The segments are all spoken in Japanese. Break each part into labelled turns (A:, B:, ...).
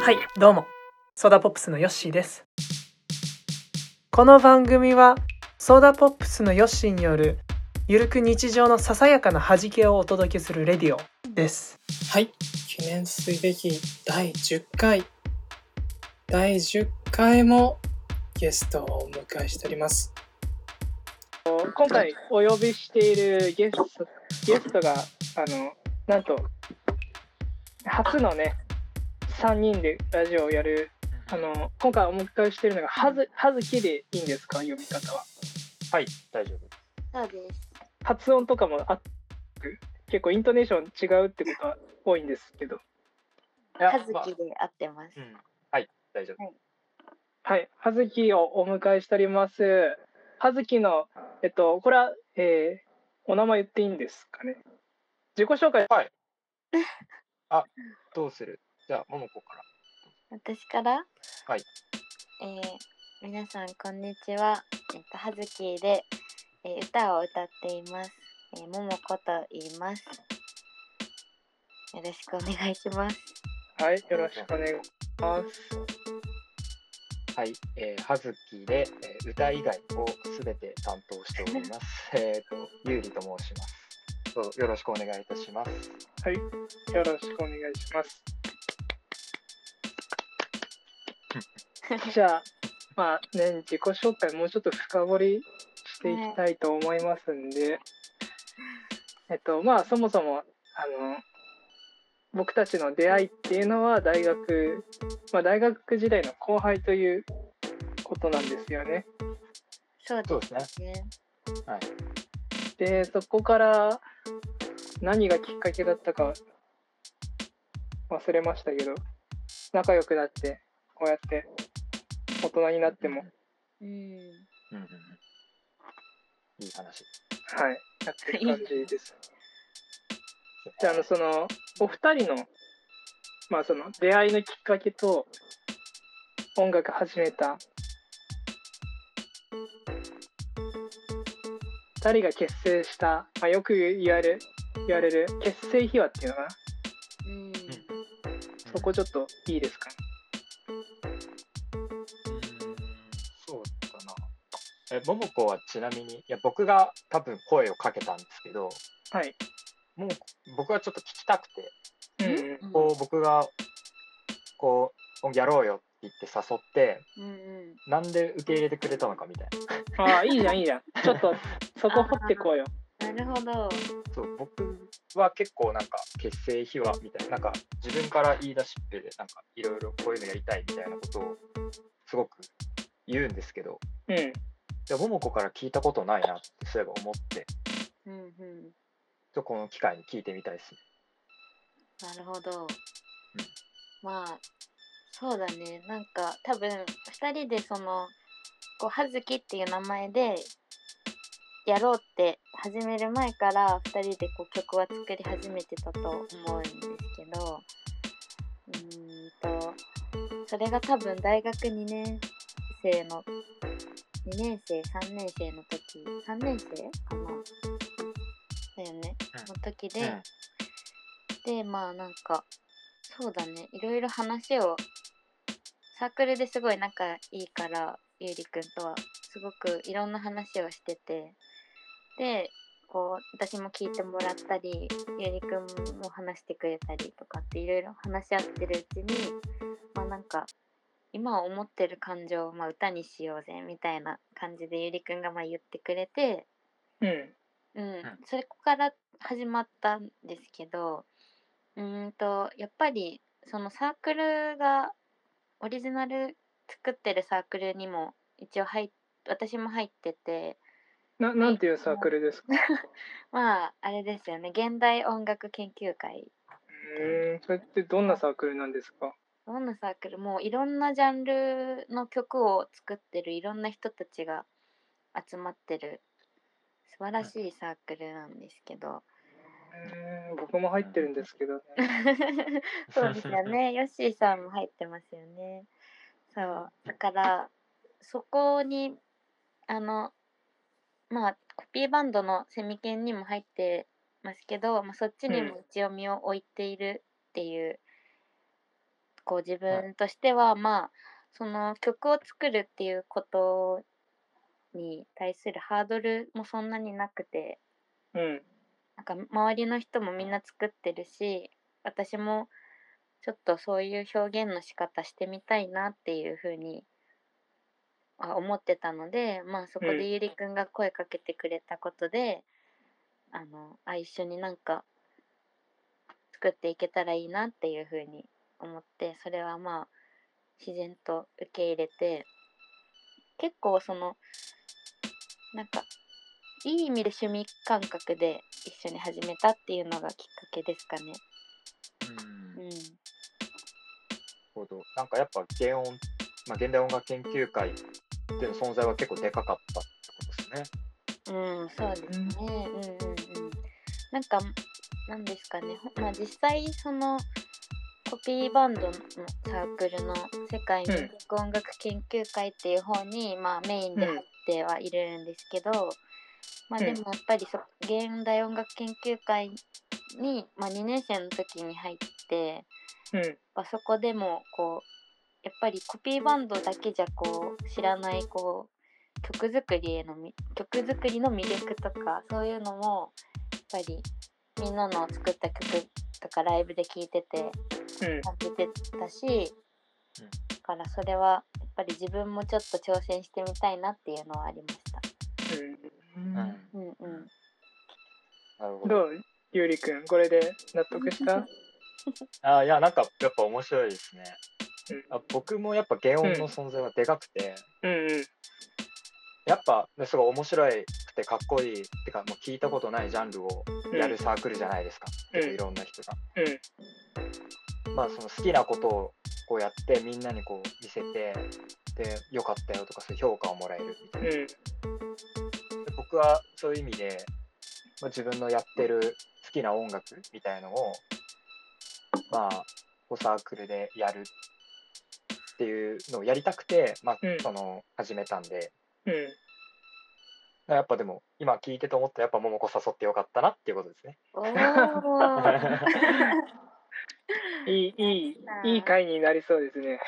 A: はいどうもソーダポップスのヨッシーですこの番組はソーダポップスのヨッシーによるゆるく日常のささやかな弾けをお届けするレディオです
B: はい記念すべき第10回第10回もゲストをお迎えしております
A: 今回お呼びしているゲストゲストがあのなんと初のね3人でラジオをやるあの今回お迎えしているのがはずはずきでいいんですか読み方は
C: はい、大丈夫。
D: そうです。
A: 発音とかもあ結構イントネーション違うってことは多いんですけど
C: いや
D: はず
C: まあ
D: きで合ってます
C: う。ん、はい、大丈夫。
A: はい、はずきをお迎えしております。はずきの、えっと、これは、えー、お名前言っていいんですかね。自己紹介、
C: どうするじゃあ、ももこから。
D: 私から。
C: はい。
D: えー、皆さんこんにちは。えっとはずきで、えー歌を歌っています。えー、ももこと言います。よろしくお願いします。
A: はい、よろしくお願いします。
C: はい、えー、はずきで、えー歌以外をすべて担当してお ります。えっと、ゆうりと申します。どうぞよろしくお願いいたします。
A: よろしくお願いします。じゃあ、まあね、自己紹介もうちょっと深掘りしていきたいと思いますんで、えっと、まあそもそも、あの、僕たちの出会いっていうのは大学、まあ大学時代の後輩ということなんですよね。
D: そう
C: そうですね
D: で。すね。
C: はい。
A: でそこから何がきっかけだったか忘れましたけど仲良くなってこうやって大人になっても
D: うん。
C: うんうんうん。いい話。
A: はいやってる感じですじゃああのそのお二人のまあその出会いのきっかけと音楽始めた二人が結成した、まあ、よく言われる言われる結成秘話っていうのかな
D: うん。
A: そこちょっといいですか
C: うんそうだな。え、ももこはちなみに、いや、僕が多分声をかけたんですけど、
A: はい。
C: もう僕はちょっと聞きたくて、
A: うんうん、
C: こう僕がこうやろうよって言って誘って
D: うんうん。
C: なんで受け入れてくれたのかみたいな
A: ああ、いいじゃん、いいじゃん。ちょっと、そこ掘ってこうよ。
D: なるほど。
C: そう僕は結構なんか結成秘話みたいななんか自分から言い出しっぺでなんかいろいろこういうのやりたいみたいなことをすごく言うんですけど
A: うん。
C: でももこから聞いたことないなってそういえば思って
D: うんうん。
C: ちょっとこの機会に聞いてみたいですね。
D: なるほど。まあそうだねなんか多分2人でそのこう葉月っていう名前でやろうって始める前から2人でこう曲は作り始めてたと思うんですけどうーんとそれが多分大学2年生の2年生3年生の時3年生かなだよね、
C: うん
D: の時で、でまあなんかそうだねいろいろ話をサークルですごい仲いいからゆうりくんとはすごくいろんな話をしててでこう私も聞いてもらったりゆうりくんも話してくれたりとかっていろいろ話し合ってるうちにまあなんか今思ってる感情をまあ歌にしようぜみたいな感じでゆうりくんがまあ言ってくれて、
A: うん。
D: うん、それこから始まったんですけどうーんとやっぱりそのサークルがオリジナル作ってるサークルにも一応入っ私も入ってて
A: な、なんていうサークルですか
D: まああれですよね現代音楽研究会
A: うん。それってどんなサークルなんですか
D: どんなサークルもいろんなジャンルの曲を作ってるいろんな人たちが集まってる素晴らしいサークルなんですけど、
A: うん。僕も入ってるんですけどね。
D: そうですよね。ヨッシーさんも入ってますよね。そう。だから、そこに、あの、まあ、コピーバンドのセミケンにも入ってますけど、まあ、そっちにも一応身を置いているっていうこう自分としては、まあその曲を作るっていうことに対するハードルもそんなになくて
A: うん
D: なんか周りの人もみんな作ってるし私もちょっとそういう表現の仕方してみたいなっていうふうにあ思ってたのでまあそこ
A: うん
D: でゆりくんが声かけてくれたことで、あのあ一緒になんか作っていけたらいいなっていうふうに思ってそれはまあ自然と受け入れて結構そのなんかいい意味で趣味感覚で一緒に始めたっていうのがきっかけですかね。
C: うん
D: う、
C: なんるほどなんかやっぱ原音、まあ、現代音楽研究会っていうの存在は結構でかかったってことですね。
D: うん、そうですね。うんうんうん。なんか、なんですかね。ほまあ実際、その、コピーバンドのサークルの世界
A: う
D: 民
A: ん
D: 族音楽研究会っていう方に、まあメインで
A: うん
D: 入ってはいるんですけど、まあでもやっぱりそ現代音楽研究会に、まあ、2年生の時に入って、
A: うん
D: まあ、そこでもこうやっぱりコピーバンドだけじゃこう知らないこう曲作りへのみ曲作りの魅力とかそういうのもやっぱりみんなの作った曲とかライブで聴いてて
A: うん
D: 感じてたし
C: うん
D: だからそれはやっぱり自分もちょっと挑戦してみたいなっていうのはありました。
A: うん
C: うん
D: うんうん、
C: なるほど。
A: どうゆうりくんこれで納得した、
C: あーいやなんかやっぱ面白いですね。
A: うん
C: あ僕もやっぱ原音
A: うん
C: の存在はでかくて、
A: うんうん
C: やっぱねすごい面白いくてかっこいいってかもう聞いたことないジャンルをやるサークルじゃないですか、
A: うん
C: 結構いろんな人が。
A: うん
C: まあその好きなことをこうやってみんなにこう見せてで良かったよとかそういう評価をもらえるみたいな。
A: うん
C: で僕はそういう意味で、まあ、自分のやってる好きな音楽みたいのをまあこうサークルでやるっていうのをやりたくて、まあ
A: うん、
C: その始めたんで、
A: うん
C: やっぱでも今聞いてと思ったらやっぱ桃子誘ってよかったなっていうこと ですね。
D: おー
A: いい、いい、いい回になりそうですね。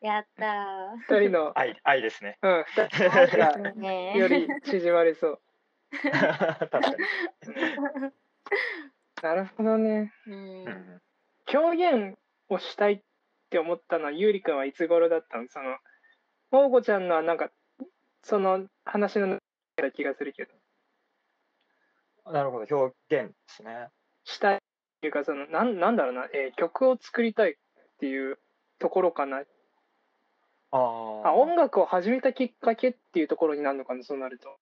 D: やった
A: 二人の、
C: 愛愛ですね。
A: うん、二
D: ー。
A: 人が
D: そうですね
A: より縮まれそう。
C: 確かに。
A: なるほどね。
D: うん
C: うん
A: 表現をしたいって思ったのは、ゆうりくんはいつ頃だったのその、もうこちゃんのはなんか、その話の中だった気がするけど、
C: なるほど表現ですね。
A: したいっていうか、その、なんなんだろうな、えー曲を作りたいっていうところかな。
C: あ
A: あ、
C: あ
A: 音楽を始めたきっかけっていうところになるのかな、そうなると。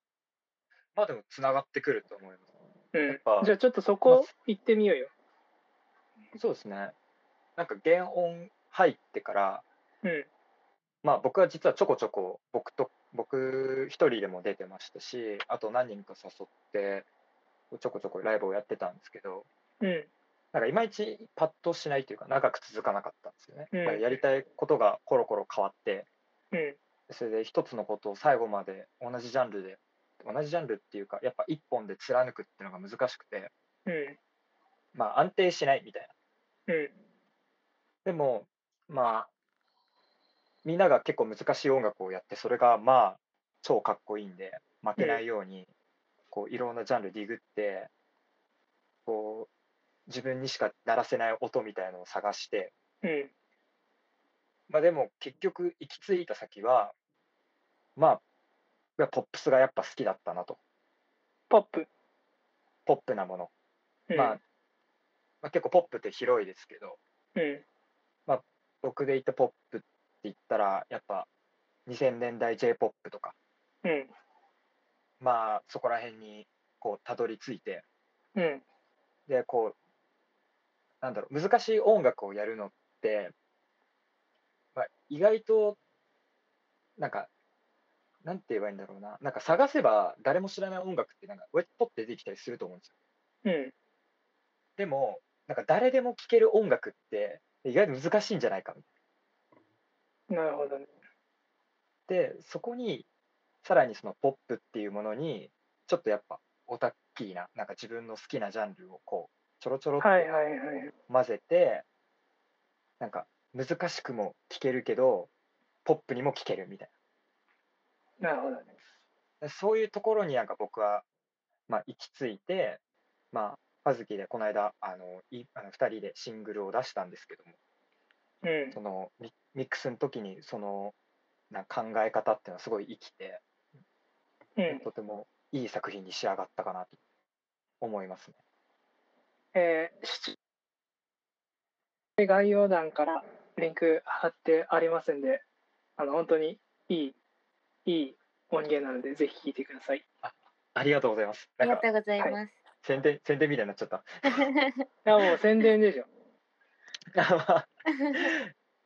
C: まあでもつながってくると思いま
A: う
C: や
A: ん
C: っぱ。
A: じゃあちょっとそこ行ってみようよ。
C: す。そうですね。なんか原音入ってから
A: うん。
C: まあ僕は実はちょこちょこ僕と僕一人でも出てましたしあと何人か誘ってちょこちょこライブをやってたんですけど
A: うん。
C: なんかいまいちパッとしないというか長く続かなかったんですよね。
A: うん
C: やっぱりやりたいことがコロコロ変わって
A: うん。
C: それで一つのことを最後まで同じジャンルで同じジャンルっていうかやっぱ一本で貫くっていうのが難しくて、
A: うん。
C: まあ、安定しないみたいな。
A: うん。
C: でもまあみんなが結構難しい音楽をやってそれがまあ超かっこいいんで負けないようにこういろんなジャンルディグってこう自分にしか鳴らせない音みたいのを探して、
A: うん。
C: まあ、でも結局行き着いた先はまあいやポップスがやっぱ好きだったなと
A: ポップ。
C: ポップなもの、
A: うん
C: まあ、まあ結構ポップって広いですけど
A: うん。
C: 僕で言ったポップって言ったらやっぱ2000年代 j p o p とか
A: うん。
C: まあそこら辺にこうたどり着いて
A: うん。
C: でこうなんだろう難しい音楽をやるのって、まあ、意外となんかなんて言えばいいんだろうななんか探せば誰も知らない音楽ってなんかウェッポって出てきたりすると思うんですよ
A: うん。
C: でもなんか誰でも聴ける音楽って意外と難しいんじゃないかっ
A: なるほどね。
C: てそこにさらにそのポップっていうものにちょっとやっぱオタッキーななんか自分の好きなジャンルをこうちょろちょろっと
A: はいはいはい。
C: 混ぜてなんか難しくも聴けるけどポップにも聴けるみたい
A: なるほどね。
C: なそういうところになんか僕は、まあ、行き着いてまあ葉月でこの間あのいあの2人でシングルを出したんですけども
A: うん
C: そ。のミミックスの時にそのな考え方っていうのはすごい生きて
A: うん。
C: とてもいい作品に仕上がったかなと思いますね。
A: えー、し概要欄からリンク貼ってありますんで、あの、本当にいい、いい音源なので、ぜひ聴いてください。
C: ありがとうございます。
D: あ
C: なん
D: りが
C: か
D: とうございます。
C: 宣伝宣伝みたいになっちゃ った。
A: いや、もう宣伝 でしょ。
C: うん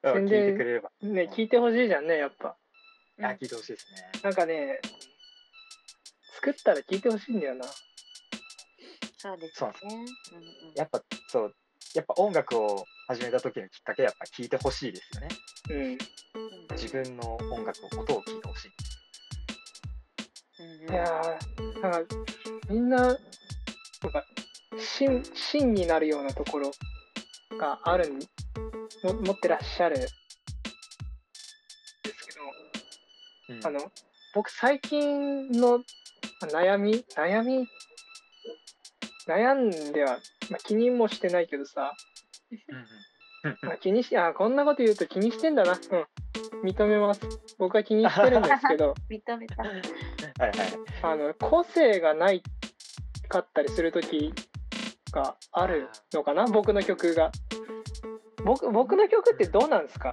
A: 宣
C: 聞
A: 伝
C: いてくれれば。
A: ね、聞いてほしいじゃんね、やっぱ。
C: あ聞いてほしいですね。
A: なんかね、作ったら聞いてほしいんだよな。
D: そうです
C: そうな
D: ね
C: んで。
D: うんうん
C: やっぱそうやっぱ音楽を始めた時のきっかけはやっぱ聞いてほしいですよね。
A: うん。
D: うん
C: 自分の音楽の音を聞いてほしい。
D: うんうん
A: いやーなんかみんななんか芯芯になるようなところがあるんも持ってらっしゃるんですけど
C: うん
A: あの僕最近のまあ悩み悩み悩んでは、まあ、気にもしてないけどさ、
C: うんうんうんう
A: ま
C: ん
A: あ、気にしてあこんなこと言うと気にしてんだなうん認めます僕は気にしてるんですけど
D: 認めた。
C: はいはいはい。
A: あの個性がないかったりする時があるのかな僕の曲が僕僕の曲ってどうなんですか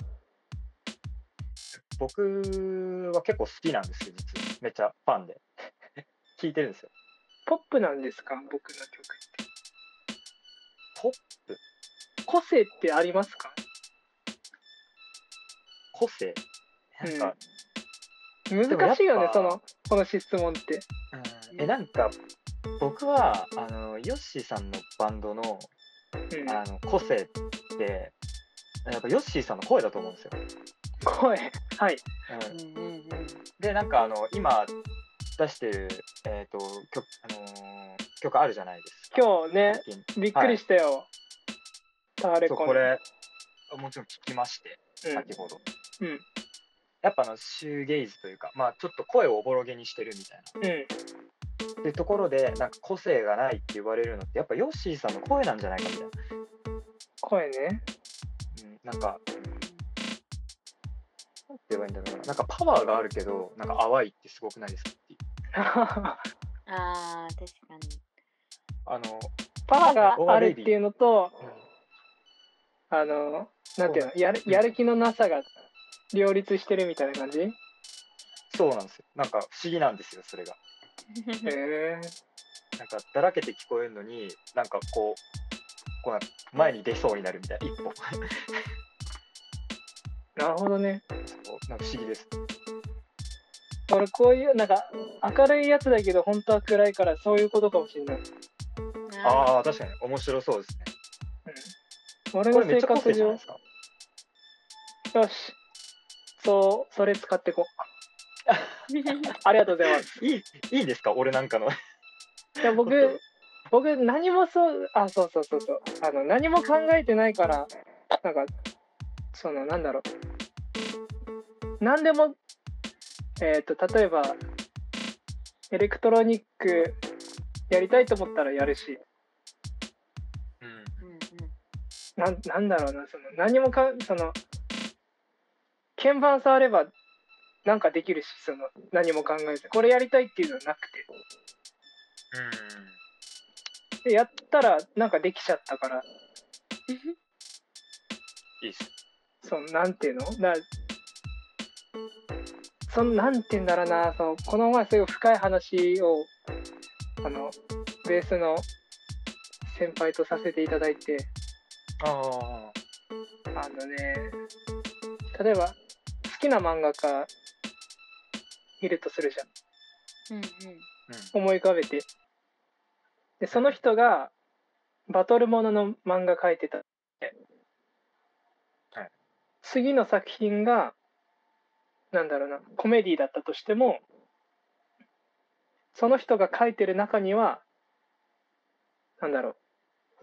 C: 僕は結構好きなんですよ実はめっちゃファンで 聞いてるんですよ
A: ポップなんですか僕の曲って
C: ポップ
A: 個性ってありますか
C: 個性なんか、も
A: 難しいよ
C: や
A: ね
C: っぱ
A: そのこの質問って
C: うんえなんか僕はあのヨッシーさんのバンドの
A: うん
C: あの個性ってやっぱヨッシーさんの声だと思うんですよ、
A: 声はい
C: うん
D: うんうんうん
C: でなんかあの今出してる、えー、と曲,、あのー曲あるじゃないですか
A: 今日ね
C: 最近
A: びっくりしたよ、タワレ
C: そう
A: コの
C: これもちろん聞きまして
A: うん
C: 先ほど、
A: うん
C: やっぱあのシューゲイズというかまあちょっと声をおぼろげにしてるみたいな
A: うん
C: ってところでなんか個性がないって言われるのってやっぱヨッシーさんの声なんじゃないかみたいな、
A: 声ね
C: うん、なんかなんて言えばいいんだろうななんかパワーがあるけどなんか淡いってすごくないですかっていう
D: ああ、確かに。
C: あの、
A: パワーがあるっていうのとあのなんていうのやる
C: うん
A: やる気のなさが両立してるみたいな感じへ
C: そうなんですよなんか不思議なんですよそれが
A: え
C: なんかだらけて聞こえるのになんかこうこうなんか前に出そうになるみたいな一歩
A: なるほどね
C: そうなんか不思議です
A: 俺こういうなんか明るいやつだけど本当は暗いからそういうことかもしれない、うん、
C: ああ確かに面白そうですね
A: 俺の
C: これめ
A: 生
C: っちゃ個性
A: 活
C: じゃ
A: 上
C: ない
A: よ
C: ですか
A: しそうそれ使ってこう
D: ー。
A: ありがとうございます
C: いいいいんですか俺なんかの
A: いや僕僕何もそうあそうそうそうそうあの何も考えてないからなんかそのなんだろう何でもえっ、と例えばエレクトロニックやりたいと思ったらやるし
C: うん
D: うんうん
A: なんなんだろうなその何もかその鍵盤触ればなんかできるしその何も考えずこれやりたいっていうのはなくてでやったらなんかできちゃったから
C: いいっす
A: そのなんていうのなそのなんて言うんだろうなそのこの前すごい深い話をあのベースの先輩とさせていただいて
C: ああ
A: あのね例えば好きな漫画家いるとするじゃん
D: うん
A: 思い浮かべてでその人がバトルものの漫画描いてたって、
C: はい
A: 次の作品がなんだろうなコメディだったとしてもその人が描いてる中にはなんだろう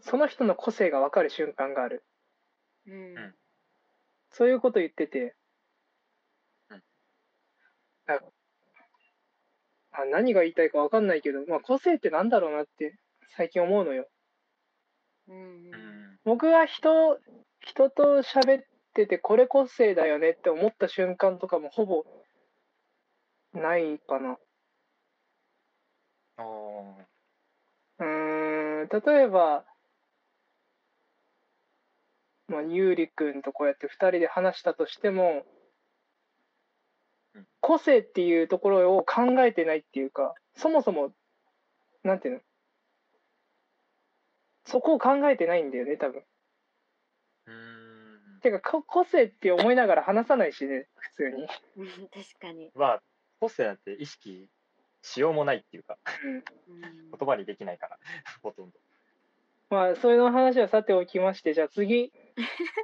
A: その人の個性が分かる瞬間がある
D: うんうん
C: ん
A: そういうこと言ってて
C: うん、
A: ああ何が言いたいか分かんないけど、まあ、個性ってなんだろうなって最近思うのよ。
D: うん
C: うん
A: 僕は人人と喋っててこれ個性だよねって思った瞬間とかもほぼないかな。
C: あー
A: うーん例えば、まあ、ゆうりくんとこうやって2人で話したとしても
C: うん
A: 個性っていうところを考えてないっていうかそもそもなんていうのそこを考えてないんだよね多分。
C: うん
A: てかこ個性って思いながら話さないしね普通に。
D: うん確 かに。
C: は個性なんて意識しようもないっていうか
D: うん
C: 言葉にできないから ほとんど
A: まあそういうの話はさておきましてじゃあ 次。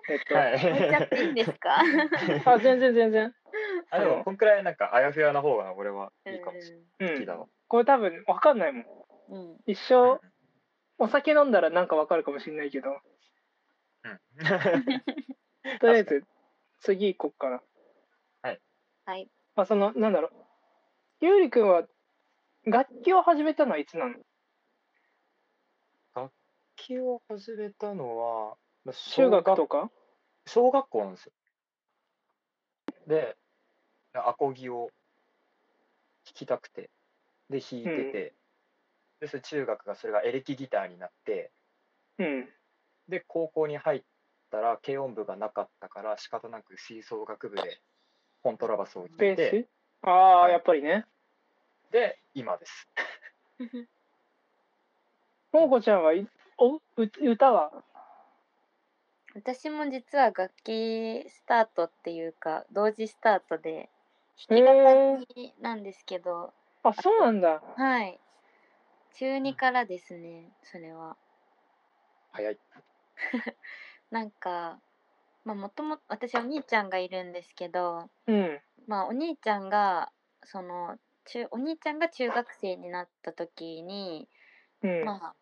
A: えっと、
C: はい
D: 言っちゃっていいんですか
A: あ全然全然。
C: あでもこんくらいなんかあやふやな方が俺はいいかもしれ
A: う
C: ない好き
A: ん
C: だ、わ
A: これ多分分かんないもん。
D: うんうん
A: 一生お酒飲んだらなんかわかるかもしれないけど
C: うん
A: とりあえず次行こっから
D: はい。
A: まあそのなんだろうゆうりくんは楽器を始めたのはいつなの
C: 楽器を始めたのはまあ小
A: 中学とか
C: 小学校なんですよ。で、アコギを弾きたくて、で、弾いてて、で、それ中学がそれがエレキギターになって、
A: うん
C: で、高校に入ったら軽音部がなかったから、仕方なく吹奏楽部でコントラバスを弾
A: ベ
C: いて、
A: ースああ
C: はい
A: やっぱりね
C: で、今です。
A: もうこちゃんはいおう歌は
D: 私も実は楽器スタートっていうか同時スタートで弾き
A: へ
D: 語
A: ー
D: りなんですけど、
A: あそうなんだ
D: はい中2からですねそれは
C: 早い。
D: なんかまあもともと私お兄ちゃんがいるんですけど
A: うん
D: まあお兄ちゃんがその中お兄ちゃんが中学生になった時に
A: うん、
D: まあ、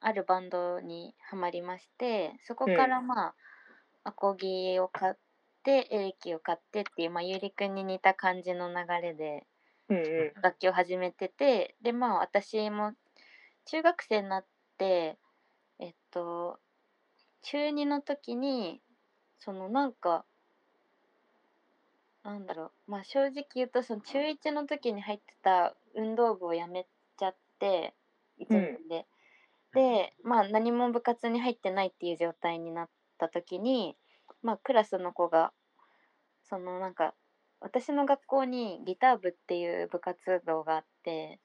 D: あるバンドにはまりましてそこ
A: うん
D: からまあ、アコギを買ってエレキを買ってっていう、まあ、ゆうりくんに似た感じの流れで
A: うんう
D: 楽器を始めててでまあ私も中学生になってえっと中2の時にそのなんかなんだろうまあ正直言うとその中1の時に入ってた運動部をやめちゃって1年で、で、まあ、何も部活に入ってないっていう状態になった時に、まあ、クラスの子がそのなんか私の学校にギター部っていう部活動があって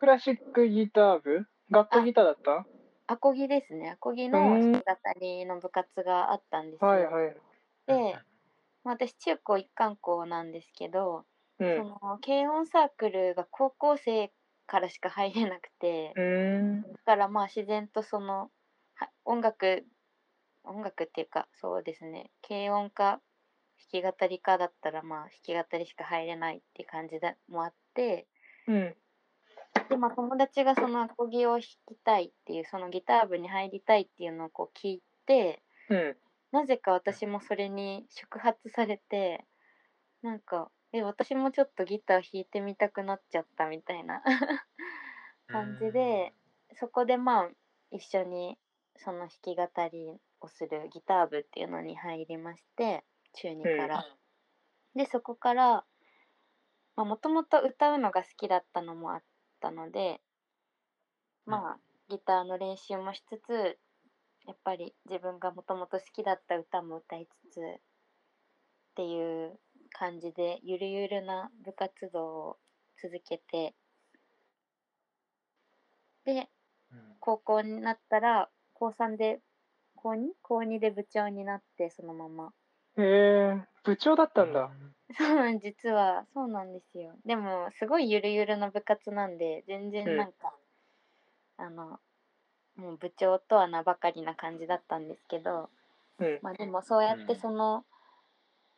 A: クラシックギター部学校ギターだった
D: アコギですねアコギ
A: う
D: の
A: ん
D: 弾き語りの部活があったんですよ。
A: はいはい
D: で、まあ、私中高一貫校なんですけど、
A: う
D: そ
A: ん
D: の軽音サークルが高校生からしか入れなくて。
A: うーん
D: だからまあ自然とそのは音楽音楽っていうかそうですね軽音か弾き語りかだったらまあ弾き語りしか入れないって感じでもあって
A: うん
D: でまあ友達がそのアコギを弾きたいっていうそのギター部に入りたいっていうのをこう聞いて
A: うん
D: なぜか私もそれに触発されてなんかえ私もちょっとギター弾いてみたくなっちゃったみたいな感じで。そこでまあ一緒にその弾き語りをするギター部っていうのに入りまして中2から。でそこからもともと歌うのが好きだったのもあったのでまあギターの練習もしつつやっぱり自分がもともと好きだった歌も歌いつつっていう感じでゆるゆるな部活動を続けてで
C: うんうん
D: 高校になったら高3で高 2? 高2で部長になってそのまま
A: へえ部長だったんだ。
D: そうなん実はそうなんですよでもすごいゆるゆるの部活なんで全然なんか、あのもう部長とは名ばかりな感じだったんですけど、
A: うん
D: まあ、でもそうやっ
C: う
D: て
C: ん
D: その、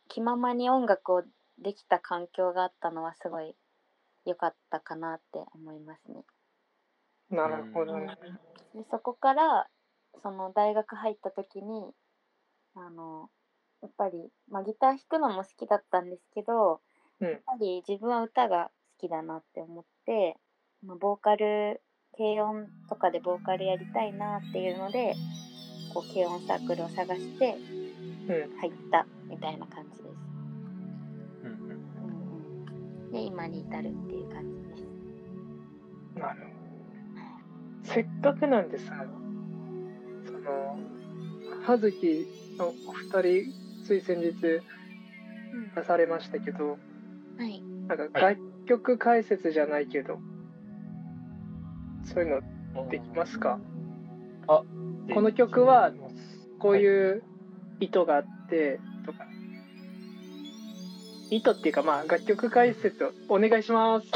D: 気ままに音楽をできた環境があったのはすごい良かったかなって思いますね。
A: なるほどね。
D: でそこからその大学入った時にあのやっぱり、まあ、ギター弾くのも好きだったんですけど、
A: うん
D: やっぱり自分は歌が好きだなって思って、まあ、ボーカル軽音とかでボーカルやりたいなっていうのでこう軽音サークルを探して
A: うん
D: 入ったみたいな感じ
C: う
D: です。
C: んうん
D: うん、で今に至るっていう感じです。
A: あのせっかくなんでさその葉月のお二人つい先日出されましたけど
D: はい、
A: なんか楽曲解説じゃないけど、そういうのできますかこの曲はこういう意図があってとか、意図っていうかまあ楽曲解説をお願いします